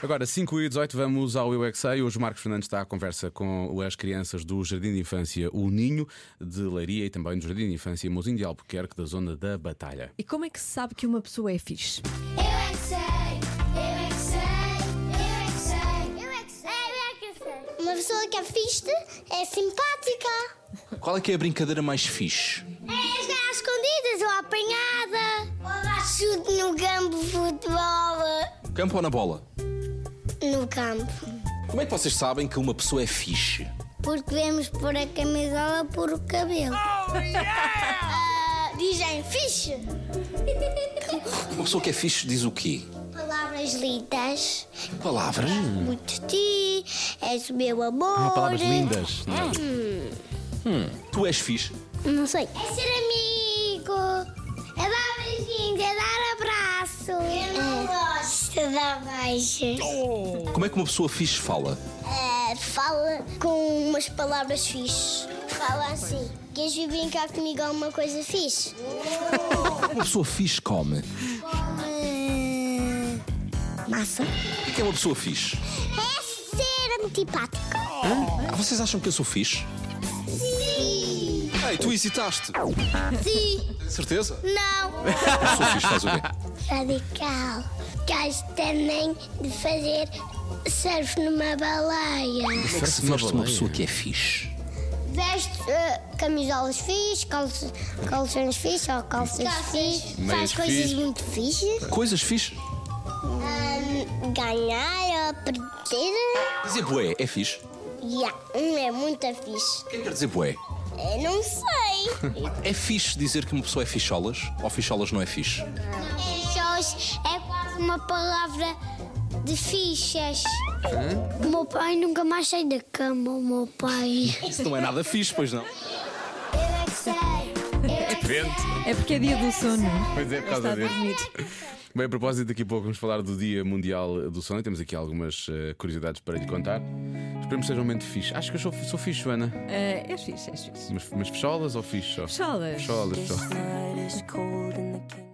Agora, 5 e 18, vamos ao Eu é Que Sei. Hoje o Marcos Fernandes está à conversa com as crianças do Jardim de Infância O Ninho, de Leiria e também do Jardim de Infância Mozinho de Albuquerque, da Zona da Batalha. E como é que se sabe que uma pessoa é fixe? Eu é que sei, eu é que sei, eu é que sei, eu é que sei, eu é que sei. Uma pessoa que é fixe é simpática. Qual é que é a brincadeira mais fixe? É jogar às escondidas ou apanhada. Ou dar chute no campo de futebol. Campo ou na bola? No campo. Como é que vocês sabem que uma pessoa é fixe? Porque vemos pôr a camisola por o cabelo. dizem fixe. Uma pessoa que é fixe diz o quê? Palavras lidas. Palavras? Muito de ti, és o meu amor. é? Tu és fixe. Não sei. É ser amigo. É dar beijinho, é dar abraço. Eu não gosto de dar beijos. Como é que uma pessoa fixe fala? É, fala com umas palavras fixes. Fala assim. Queres vir brincar comigo alguma coisa fixe? é Uma pessoa fixe come. Hum. Massa. O que é que é uma pessoa fixe? É ser antipático. Ah, vocês acham que eu sou fixe? Sim. Ei, tu hesitaste. Sim. Tens certeza? Não. Uma pessoa fixe faz o quê? Radical. Gosto também de fazer surf numa baleia. Como é que se veste uma pessoa que é fixe? Veste eh, camisolas fixe, calça- calções fixe ou calças fixe. Meias Faz coisas fixe. muito fixes. Coisas fixe? Ahm, ganhar ou perder. Dizer bué é fixe. Yeah, um é muito fixe. O que é que quer dizer bué? Eu não sei. É fixe dizer que uma pessoa é ficholas ou ficholas não é fixe? Fichos é quase uma palavra de fichas. O meu pai nunca mais sai da cama, o meu pai. Isso não é nada fixe, pois não? Eu é que sei. Eu é que sei. É porque é dia do sono. Pois é, por Está tão bonito. Bem, a propósito, daqui a pouco vamos falar do Dia Mundial do Sono e temos aqui algumas eh, curiosidades para lhe contar. Esperemos que seja um momento fixe. Acho que eu sou, sou fixe, Ana. Ah, és fixe, és fixe. Mas, mas fecholas ou fixe só? Fecholas. Fecholas, fecholas. This night is cold in the kitchen.